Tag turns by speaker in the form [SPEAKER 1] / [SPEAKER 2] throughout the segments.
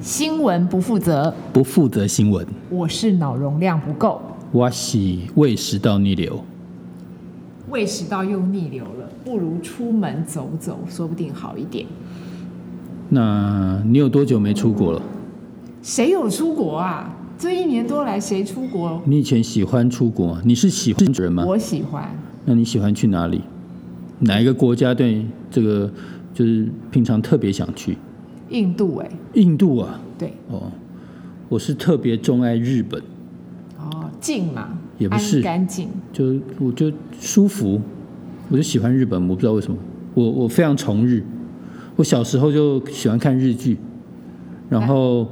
[SPEAKER 1] 新闻不负责，
[SPEAKER 2] 不负责新闻，
[SPEAKER 1] 我是脑容量不够，
[SPEAKER 2] 我是胃食道逆流。
[SPEAKER 1] 胃食道又逆流了，不如出门走走，说不定好一点。
[SPEAKER 2] 那你有多久没出国了？
[SPEAKER 1] 谁有出国啊？这一年多来谁出国？
[SPEAKER 2] 你以前喜欢出国吗？你是喜欢人吗？
[SPEAKER 1] 我喜欢
[SPEAKER 2] 那你喜欢去哪里？哪一个国家对这个就是平常特别想去？
[SPEAKER 1] 印度哎、
[SPEAKER 2] 印度啊，
[SPEAKER 1] 对，
[SPEAKER 2] 哦，我是特别钟爱日本，
[SPEAKER 1] 哦，近嘛，
[SPEAKER 2] 也不是
[SPEAKER 1] 安干净，
[SPEAKER 2] 就我就舒服，我就喜欢日本，我不知道为什么，我我非常崇日，我小时候就喜欢看日剧，然后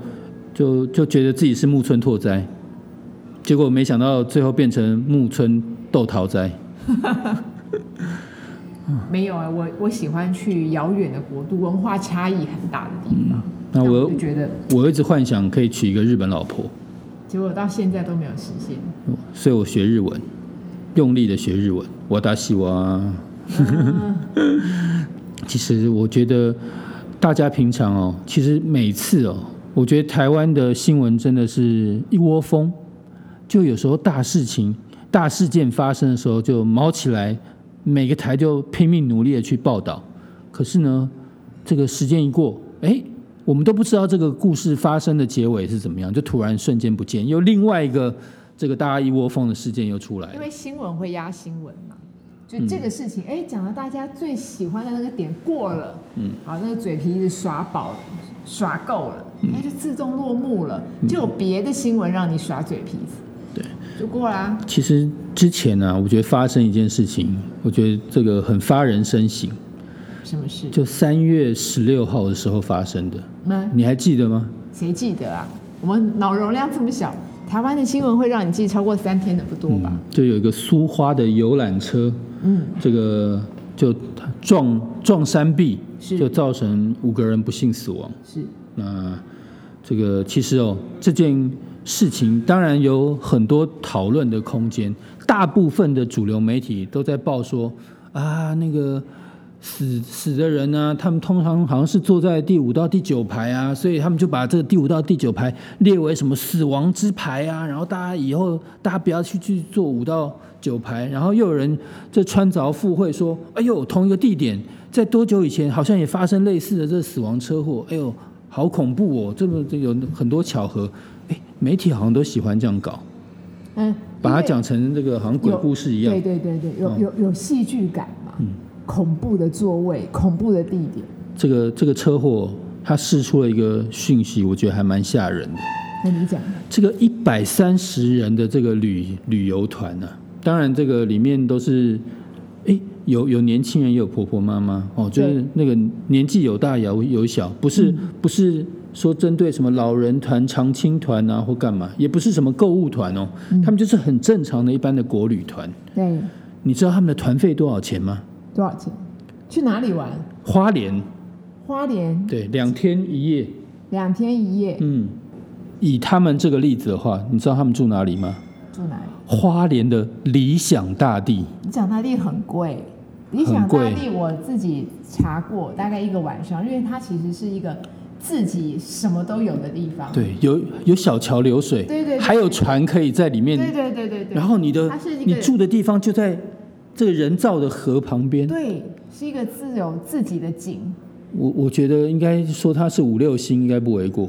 [SPEAKER 2] 就就觉得自己是木村拓哉，结果没想到最后变成木村豆桃哉，
[SPEAKER 1] 没有啊，我我喜欢去遥远的国度，文化差异很大的地方。
[SPEAKER 2] 嗯那
[SPEAKER 1] 但
[SPEAKER 2] 我
[SPEAKER 1] 就觉得，
[SPEAKER 2] 我一直幻想可以娶一个日本老婆，
[SPEAKER 1] 结果到现在都没有实现。
[SPEAKER 2] 所以我学日文，用力的学日文。我达西哇。 其实我觉得大家平常哦，其实每次哦，我觉得台湾的新闻真的是一窝蜂，就有时候大事情、大事件发生的时候就毛起来，每个台就拼命努力的去报道。可是呢，这个时间一过，哎，我们都不知道这个故事发生的结尾是怎么样，就突然瞬间不见，又另外一个这个大家一窝蜂的事件又出来
[SPEAKER 1] 因
[SPEAKER 2] 了。
[SPEAKER 1] 为新闻会压新闻嘛，就这
[SPEAKER 2] 嗯
[SPEAKER 1] 个事情，哎、讲到大家最喜欢的那个点过了，嗯，好，那个嘴皮子耍饱了，耍够了，
[SPEAKER 2] 嗯
[SPEAKER 1] 那、就自动落幕了，就有别的新闻让你耍嘴皮子，
[SPEAKER 2] 对，
[SPEAKER 1] 就过啦、
[SPEAKER 2] 其实之前呢、我觉得发生一件事情，我觉得这个很发人深省，
[SPEAKER 1] 什么事？
[SPEAKER 2] 就三月十六号的时候发生的，
[SPEAKER 1] 那
[SPEAKER 2] 你还记得吗？
[SPEAKER 1] 谁记得啊？我们脑容量这么小，台湾的新闻会让你记超过三天的不多吧？
[SPEAKER 2] 就有一个苏花的游览车，
[SPEAKER 1] 嗯，
[SPEAKER 2] 这个就撞撞山壁，
[SPEAKER 1] 是
[SPEAKER 2] 就造成五个人不幸死亡。
[SPEAKER 1] 是
[SPEAKER 2] 那这个其实哦，这件事情当然有很多讨论的空间，大部分的主流媒体都在报说啊，那个死死的人呢、他们通常好像是坐在第五到第九排啊，所以他们就把这个第五到第九排列为什么死亡之排啊，然后大家以后大家不要去去坐五到九排，然后又有人这穿凿附会说，哎呦，同一个地点在多久以前好像也发生类似的这死亡车祸，哎呦，好恐怖哦，这么这有很多巧合，哎，媒体好像都喜欢这样搞，
[SPEAKER 1] 嗯，
[SPEAKER 2] 把它
[SPEAKER 1] 因为
[SPEAKER 2] 讲成这个好像鬼
[SPEAKER 1] 有
[SPEAKER 2] 故事一样
[SPEAKER 1] 对，对对对，有
[SPEAKER 2] 嗯
[SPEAKER 1] 有有戏剧感嘛？恐怖的座位，恐怖的地点，
[SPEAKER 2] 这个这个车祸，它释出了一个讯息，我觉得还蛮吓人的。
[SPEAKER 1] 那你讲
[SPEAKER 2] 这个一百三十人的这个旅旅游团呢、当然这个里面都是，哎，有有年轻人，也有婆婆妈妈哦，就是
[SPEAKER 1] 对
[SPEAKER 2] 那个年纪有大有有小，不是、不是说针对什么老人团、长青团啊或干嘛，也不是什么购物团哦，他们就是很正常的一般的国旅团。
[SPEAKER 1] 对
[SPEAKER 2] 你知道他们的团费多少钱吗？
[SPEAKER 1] 多少钱？去哪里玩？
[SPEAKER 2] 花莲
[SPEAKER 1] 花莲
[SPEAKER 2] 对，两天一夜。
[SPEAKER 1] 两天一夜，
[SPEAKER 2] 嗯，以他们这个例子的话，你知道他们住哪里吗？
[SPEAKER 1] 住哪里？
[SPEAKER 2] 花莲的理想大地，
[SPEAKER 1] 理想大地很贵，理想大地我自己查过，大概一个晚上，因为它其实是一个自己什么都有的地方。
[SPEAKER 2] 对，有有小桥流水，
[SPEAKER 1] 对对对
[SPEAKER 2] 还有船可以在里面，
[SPEAKER 1] 对对对对对。
[SPEAKER 2] 然后你的
[SPEAKER 1] 它是一
[SPEAKER 2] 你
[SPEAKER 1] 个
[SPEAKER 2] 住的地方就在这个人造的河旁边。
[SPEAKER 1] 对，是一个自有自己的景。
[SPEAKER 2] 我我觉得应该说它是五六星，应该不为过，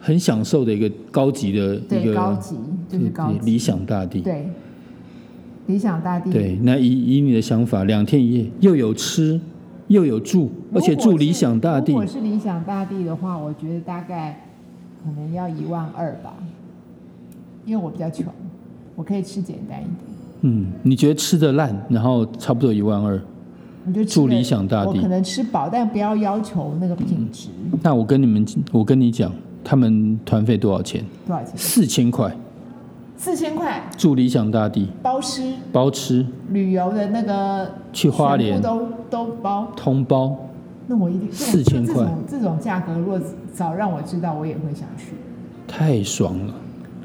[SPEAKER 2] 很享受的一个高级的一
[SPEAKER 1] 对，
[SPEAKER 2] 个
[SPEAKER 1] 高级就是高级，
[SPEAKER 2] 理想大地。
[SPEAKER 1] 对，理想大地。
[SPEAKER 2] 对，那以以你的想法，两天一夜又有吃又有住，而
[SPEAKER 1] 如果是，
[SPEAKER 2] 且住理想大地
[SPEAKER 1] 如，果是理想大地的话，我觉得大概可能要一万二吧，因为我比较穷，我可以吃简单一点。
[SPEAKER 2] 嗯，你觉得吃的烂，然后差不多一万二。
[SPEAKER 1] 你就吃
[SPEAKER 2] 住
[SPEAKER 1] 得
[SPEAKER 2] 理想大地
[SPEAKER 1] 我可能吃饱，但不要要求那个品质。
[SPEAKER 2] 那我跟你们，我跟你讲，他们团费多少钱？
[SPEAKER 1] 多少钱？
[SPEAKER 2] 四千块，
[SPEAKER 1] 四千块，
[SPEAKER 2] 住理想大地，
[SPEAKER 1] 包吃
[SPEAKER 2] 包吃，
[SPEAKER 1] 旅游的那个
[SPEAKER 2] 去花
[SPEAKER 1] 全
[SPEAKER 2] 莲
[SPEAKER 1] 部都都包。
[SPEAKER 2] 通包。
[SPEAKER 1] 那我一定
[SPEAKER 2] 4000
[SPEAKER 1] 这种
[SPEAKER 2] 块
[SPEAKER 1] 这种这种价格，如果早让我知道，我也会想去。
[SPEAKER 2] 太爽了！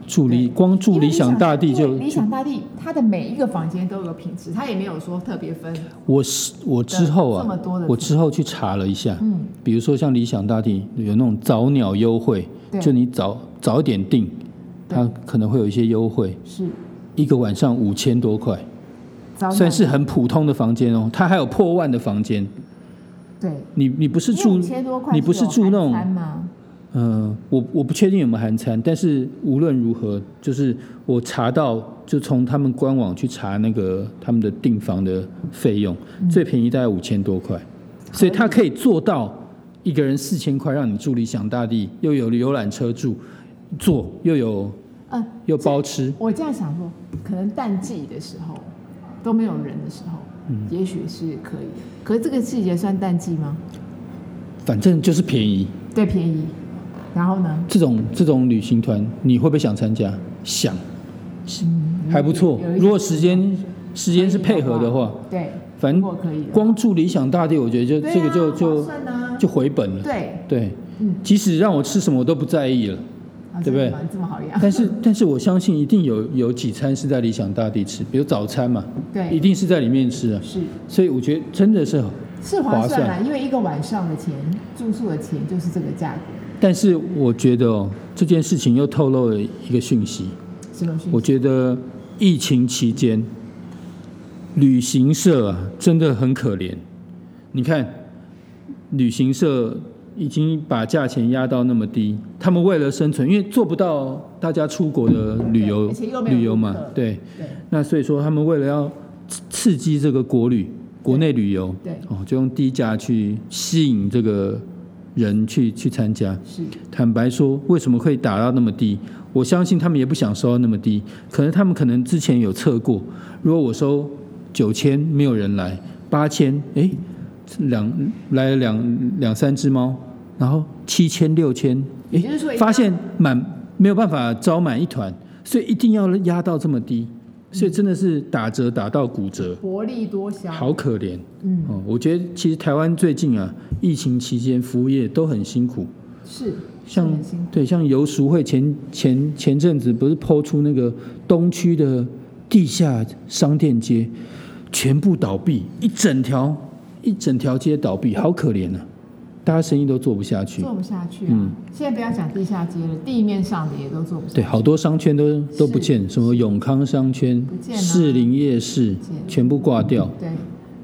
[SPEAKER 2] 住理
[SPEAKER 1] 对
[SPEAKER 2] 光住
[SPEAKER 1] 因为
[SPEAKER 2] 理想大地
[SPEAKER 1] 因
[SPEAKER 2] 就
[SPEAKER 1] 为理想大地，它的每一个房间都有品质，它也没有说特别分。
[SPEAKER 2] 我是我之后
[SPEAKER 1] 这么
[SPEAKER 2] 啊
[SPEAKER 1] 多的，
[SPEAKER 2] 我之后去查了一下，啊
[SPEAKER 1] 嗯，
[SPEAKER 2] 比如说像理想大地有那种早鸟优惠，
[SPEAKER 1] 对
[SPEAKER 2] 就你早早一点订，
[SPEAKER 1] 对
[SPEAKER 2] 它可能会有一些优惠，
[SPEAKER 1] 是
[SPEAKER 2] 一个晚上五千多块，
[SPEAKER 1] 早
[SPEAKER 2] 算
[SPEAKER 1] 晚
[SPEAKER 2] 是很普通的房间哦。它还有破万的房间，
[SPEAKER 1] 对。
[SPEAKER 2] 你你不是住
[SPEAKER 1] 因为5000多块
[SPEAKER 2] 你不是
[SPEAKER 1] 有
[SPEAKER 2] 住那种
[SPEAKER 1] 含餐吗？
[SPEAKER 2] 嗯，我我不确定有没有含餐，但是无论如何，就是我查到，就从他们官网去查那个他们的订房的费用，
[SPEAKER 1] 嗯
[SPEAKER 2] 最便宜大概五千多块，所以它可以做到一个人四千块，让你住理想大地，又有游览车住，坐又有
[SPEAKER 1] 呃，
[SPEAKER 2] 又包吃，
[SPEAKER 1] 我这样想说，可能淡季的时候都没有人的时候，
[SPEAKER 2] 嗯
[SPEAKER 1] 也许是可以。可是这个季节算淡季吗？
[SPEAKER 2] 反正就是便宜。
[SPEAKER 1] 对，便宜。然后呢？
[SPEAKER 2] 这种这种旅行团，你会不会想参加？想，还不错
[SPEAKER 1] 嗯有一。
[SPEAKER 2] 如果时间时间是配合的话，，
[SPEAKER 1] 对，
[SPEAKER 2] 反
[SPEAKER 1] 如
[SPEAKER 2] 正
[SPEAKER 1] 果可以的话，
[SPEAKER 2] 光住理想大地，我觉得就
[SPEAKER 1] 对啊
[SPEAKER 2] 这个就就
[SPEAKER 1] 划算啊
[SPEAKER 2] 就回本了。
[SPEAKER 1] 对，
[SPEAKER 2] 对
[SPEAKER 1] 嗯，
[SPEAKER 2] 即使让我吃什么我都不 在意了，
[SPEAKER 1] 啊
[SPEAKER 2] 对不
[SPEAKER 1] 真
[SPEAKER 2] 对
[SPEAKER 1] 的吗这么好养，
[SPEAKER 2] 但是但是我相信一定有有几餐是在理想大地吃，比如早餐嘛，
[SPEAKER 1] 对，
[SPEAKER 2] 一定是在里面吃啊。
[SPEAKER 1] 是
[SPEAKER 2] 所以我觉得真的是，
[SPEAKER 1] 是划算
[SPEAKER 2] 划
[SPEAKER 1] 啦，因为一个晚上的钱，住宿的钱就是这个价格，
[SPEAKER 2] 但是我觉得哦，这件事情又透露了一个讯息，
[SPEAKER 1] 什么讯
[SPEAKER 2] 我
[SPEAKER 1] 息？
[SPEAKER 2] 觉得疫情期间，旅行社啊真的很可怜。你看，旅行社已经把价钱压到那么低，他们为了生存，因为做不到大家出国的旅游
[SPEAKER 1] 对而且又没有
[SPEAKER 2] 旅游嘛
[SPEAKER 1] 顾客，
[SPEAKER 2] 对，
[SPEAKER 1] 对，
[SPEAKER 2] 那所以说他们为了要刺刺激这个国旅国内旅游，
[SPEAKER 1] 对
[SPEAKER 2] 哦，就用低价去吸引这个人去去参加。
[SPEAKER 1] 是
[SPEAKER 2] 坦白说，为什么会打到那么低？我相信他们也不想收到那么低，可能他们可能之前有测过，如果我收九千，没有人来，八千，诶，两来了两两三只猫，然后七千六千，
[SPEAKER 1] 也
[SPEAKER 2] 诶，
[SPEAKER 1] 就是说一定要
[SPEAKER 2] 发现满没有办法招满一团，所以一定要压到这么低，所以真的是打折打到骨折，
[SPEAKER 1] 薄利多销，
[SPEAKER 2] 好可怜。
[SPEAKER 1] 嗯，
[SPEAKER 2] 哦，我觉得其实台湾最近啊，疫情期间服务业都很辛苦，
[SPEAKER 1] 是
[SPEAKER 2] 像
[SPEAKER 1] 是很辛苦
[SPEAKER 2] 对，像游淑慧前前前阵子不是抛出那个东区的地下商店街全部倒闭，一整条一整条街倒闭，好可怜啊！大家生意都做不下去
[SPEAKER 1] 做，不下去啊。
[SPEAKER 2] 嗯
[SPEAKER 1] 现在不要讲地下街了，地面上的也都做不下去。
[SPEAKER 2] 对，好多商圈都都不
[SPEAKER 1] 是
[SPEAKER 2] 见，什么永康商圈
[SPEAKER 1] 不、见啊
[SPEAKER 2] 士林夜市
[SPEAKER 1] 见
[SPEAKER 2] 全部挂掉，
[SPEAKER 1] 对
[SPEAKER 2] 哦，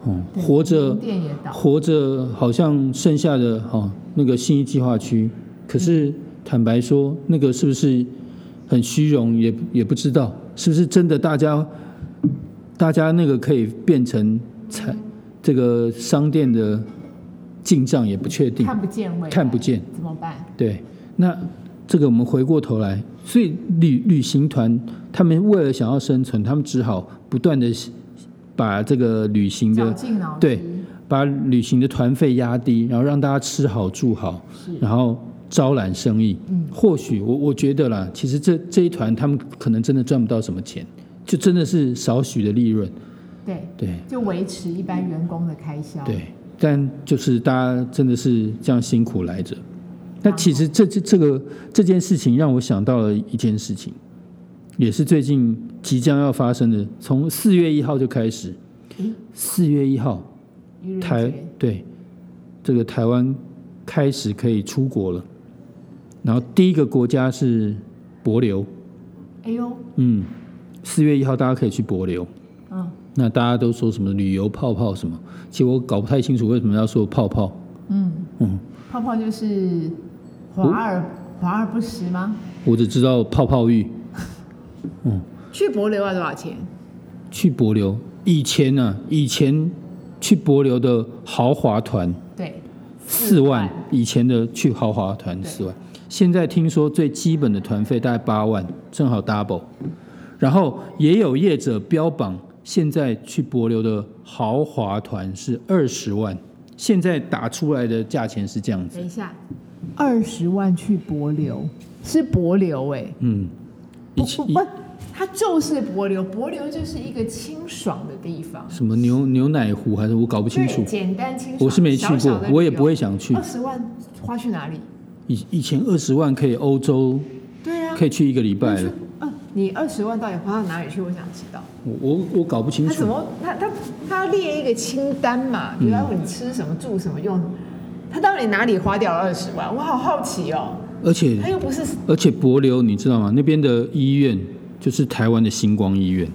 [SPEAKER 1] 嗯对
[SPEAKER 2] 活着
[SPEAKER 1] 名店也倒，
[SPEAKER 2] 活着好像剩下的哈、哦、那个新一计划区，可是坦白说，那个是不是很虚荣也也不知道，是不是真的大家大家那个可以变成财这个商店的进账也不确定，
[SPEAKER 1] 看不见未来，
[SPEAKER 2] 看不见。
[SPEAKER 1] 怎么办？
[SPEAKER 2] 对，那这个我们回过头来，所以旅旅行团他们为了想要生存，他们只好不断的把这个旅行
[SPEAKER 1] 绞
[SPEAKER 2] 的
[SPEAKER 1] 尽脑汁，
[SPEAKER 2] 对把旅行的团费压低，然后让大家吃好住好，
[SPEAKER 1] 是
[SPEAKER 2] 然后招揽生意。
[SPEAKER 1] 嗯，
[SPEAKER 2] 或许我我觉得啦，其实这这一团他们可能真的赚不到什么钱，就真的是少许的利润。
[SPEAKER 1] 对，
[SPEAKER 2] 对
[SPEAKER 1] 就维持一般员工的开销。
[SPEAKER 2] 对，但就是大家真的是这样辛苦来着。那其实这这这个这件事情让我想到了一件事情，也是最近即将要发生的，从四月一号就开始，
[SPEAKER 1] 诶，
[SPEAKER 2] 四月一号
[SPEAKER 1] 愚人
[SPEAKER 2] 台
[SPEAKER 1] 节
[SPEAKER 2] 对，这个台湾开始可以出国了，然后第一个国家是帛琉，
[SPEAKER 1] 哎呦，
[SPEAKER 2] 嗯，四月一号大家可以去帛琉。
[SPEAKER 1] 嗯
[SPEAKER 2] 那大家都说什么旅游泡泡什么？其实我搞不太清楚为什么要说泡泡。
[SPEAKER 1] 嗯，
[SPEAKER 2] 嗯，
[SPEAKER 1] 泡泡就是
[SPEAKER 2] 哦
[SPEAKER 1] 华而华而不实吗？
[SPEAKER 2] 我只知道泡泡浴。嗯，
[SPEAKER 1] 去博流要多少钱？
[SPEAKER 2] 去帛琉以前呢、啊，以前去帛琉的豪华团
[SPEAKER 1] 对，
[SPEAKER 2] 四
[SPEAKER 1] 四
[SPEAKER 2] 万
[SPEAKER 1] 万，
[SPEAKER 2] 以前的去豪华团
[SPEAKER 1] 对
[SPEAKER 2] 四万，现在听说最基本的团费大概八万，正好 double。然后也有业者标榜，现在去帛琉的豪华团是二十万，现在打出来的价钱是这样子
[SPEAKER 1] 等。一下，二十万去博流是博流哎、
[SPEAKER 2] 嗯，以
[SPEAKER 1] 不
[SPEAKER 2] 前
[SPEAKER 1] 不
[SPEAKER 2] 以
[SPEAKER 1] 不，它就是柏流，柏流就是一个清爽的地方，
[SPEAKER 2] 什么牛牛奶湖还是我搞不清楚
[SPEAKER 1] 对，，简单清爽。
[SPEAKER 2] 我是没去
[SPEAKER 1] 小小
[SPEAKER 2] 过
[SPEAKER 1] 的，哦
[SPEAKER 2] 我也不会想去
[SPEAKER 1] 二。十万花去哪里？
[SPEAKER 2] 以以前二十万可以欧洲，
[SPEAKER 1] 对啊，
[SPEAKER 2] 可
[SPEAKER 1] 以
[SPEAKER 2] 以去一个礼拜了，
[SPEAKER 1] 你二十万到底花到哪里去？我想知道。
[SPEAKER 2] 我我我搞不清嗯
[SPEAKER 1] 他怎
[SPEAKER 2] 楚。
[SPEAKER 1] 么他他他要列一个清单嘛？比如说你吃什么、住什么、用什么，他到底哪里花掉了二十万？我好好奇哦。
[SPEAKER 2] 而且
[SPEAKER 1] 他又不是
[SPEAKER 2] 而且博流你知道吗？那边的医院就是台湾的星光医院，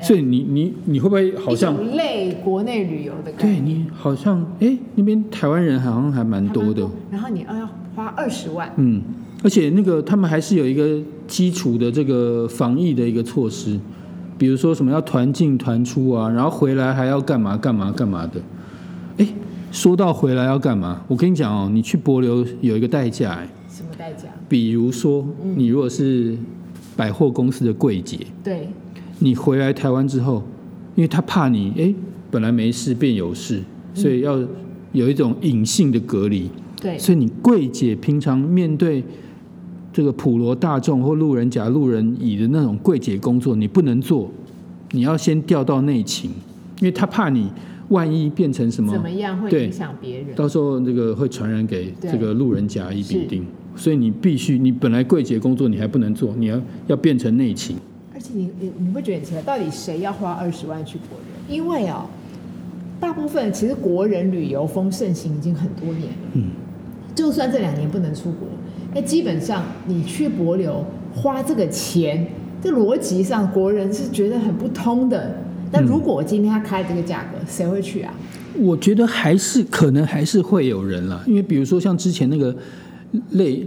[SPEAKER 2] 所以你你你会不会好像
[SPEAKER 1] 一种类国内旅游的感
[SPEAKER 2] 对
[SPEAKER 1] 觉，
[SPEAKER 2] 你好像哎、那边台湾人好像还蛮多的，。
[SPEAKER 1] 然后你要要花二十万，
[SPEAKER 2] 嗯，而且那个他们还是有一个基础的这个防疫的一个措施，比如说什么要团进团出啊，然后回来还要干嘛干嘛干嘛的。哎，说到回来要干嘛，我跟你讲哦，你去博流有一个代价哎，
[SPEAKER 1] 什么代价？
[SPEAKER 2] 比如说
[SPEAKER 1] 嗯
[SPEAKER 2] 你如果是百货公司的柜姐，
[SPEAKER 1] 对，
[SPEAKER 2] 你回来台湾之后，因为他怕你哎本来没事变有事，
[SPEAKER 1] 嗯
[SPEAKER 2] 所以要有一种隐性的隔离。
[SPEAKER 1] 对，
[SPEAKER 2] 所以你柜姐平常面对这个普罗大众或路人甲、路人乙的那种柜姐工作，你不能做，你要先调到内勤，因为他怕你万一变成什么，
[SPEAKER 1] 怎么样会
[SPEAKER 2] 对
[SPEAKER 1] 影响别人？
[SPEAKER 2] 到时候这个会传染给
[SPEAKER 1] 对
[SPEAKER 2] 这个路人甲、乙、丙、
[SPEAKER 1] 是
[SPEAKER 2] 丁，所以你必须，你本来柜姐工作你还不能做，你要要变成内勤。
[SPEAKER 1] 而且你你你会觉得很奇怪，到底谁要花二十万去国人？因为哦，大部分其实国人旅游风盛行已经很多年了，
[SPEAKER 2] 嗯，
[SPEAKER 1] 就算这两年不能出国，那基本上你去博流花这个钱，这逻辑上国人是觉得很不通的。那如果今天他开这个价
[SPEAKER 2] 嗯
[SPEAKER 1] 格，谁会去啊？
[SPEAKER 2] 我觉得还是可能还是会有人啦，因为比如说像之前那个类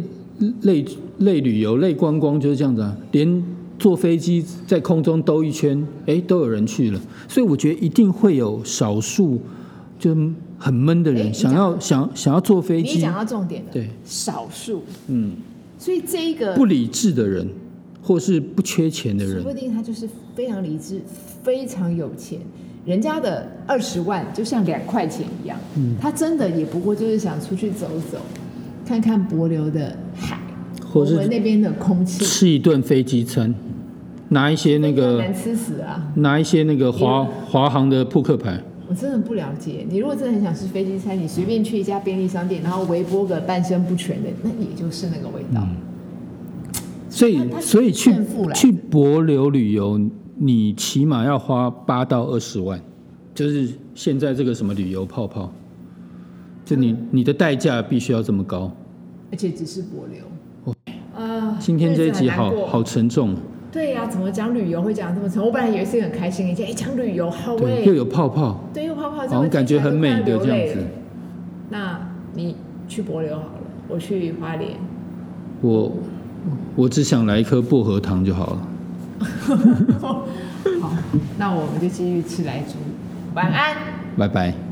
[SPEAKER 2] 类类旅游、类观光就是这样子啊，连坐飞机在空中兜一圈，哎，都有人去了，所以我觉得一定会有少数就很闷的
[SPEAKER 1] 诶
[SPEAKER 2] 人
[SPEAKER 1] 你
[SPEAKER 2] 想
[SPEAKER 1] 讲
[SPEAKER 2] 要想想要坐飞
[SPEAKER 1] 你
[SPEAKER 2] 机
[SPEAKER 1] 讲，到重点了，
[SPEAKER 2] 对，
[SPEAKER 1] 少数，
[SPEAKER 2] 嗯，
[SPEAKER 1] 所以这一个
[SPEAKER 2] 不理智的人，或是不缺钱的
[SPEAKER 1] 说
[SPEAKER 2] 人
[SPEAKER 1] 不，定他就是非常理智，非常有钱。人家的二十万就像两块钱一样，
[SPEAKER 2] 嗯
[SPEAKER 1] 他真的也不过就是想出去走走，看看柏流的海，
[SPEAKER 2] 或是
[SPEAKER 1] 我们那边的空气，
[SPEAKER 2] 吃一顿飞机餐，拿一些那个
[SPEAKER 1] 难吃死啊！
[SPEAKER 2] 拿一些那个华华航的扑克牌。
[SPEAKER 1] 我真的不了解。你如果真的很想吃飞机餐，你随便去一家便利商店，然后微波个半身不全的，那也就是那个味道。
[SPEAKER 2] 嗯所以
[SPEAKER 1] 那它，是
[SPEAKER 2] 所以去
[SPEAKER 1] 炫富来的
[SPEAKER 2] 去博流旅游，你起码要花八到二十万，就是现在这个什么旅游泡泡，就你、
[SPEAKER 1] 嗯
[SPEAKER 2] 你的代价必须要这么高。
[SPEAKER 1] 而且只是柏流。
[SPEAKER 2] 哦
[SPEAKER 1] 啊
[SPEAKER 2] 今天这一
[SPEAKER 1] 日子很
[SPEAKER 2] 集
[SPEAKER 1] 难
[SPEAKER 2] 好
[SPEAKER 1] 过
[SPEAKER 2] 好沉重，
[SPEAKER 1] 对呀、怎么讲旅游会讲这么长？我本来以为是很开心的一件，哎，讲旅游好哎、
[SPEAKER 2] 对，又有泡泡，
[SPEAKER 1] 对，又泡泡
[SPEAKER 2] 好
[SPEAKER 1] 这个
[SPEAKER 2] 像感觉很美
[SPEAKER 1] 听
[SPEAKER 2] 的
[SPEAKER 1] 起来都
[SPEAKER 2] 这
[SPEAKER 1] 快要流
[SPEAKER 2] 样
[SPEAKER 1] 泪
[SPEAKER 2] 子
[SPEAKER 1] 了。那你去柏流好了，我去花莲。
[SPEAKER 2] 我我只想来一颗薄荷糖就好了。
[SPEAKER 1] 好，那我们就继续吃来猪。晚安。
[SPEAKER 2] 拜拜。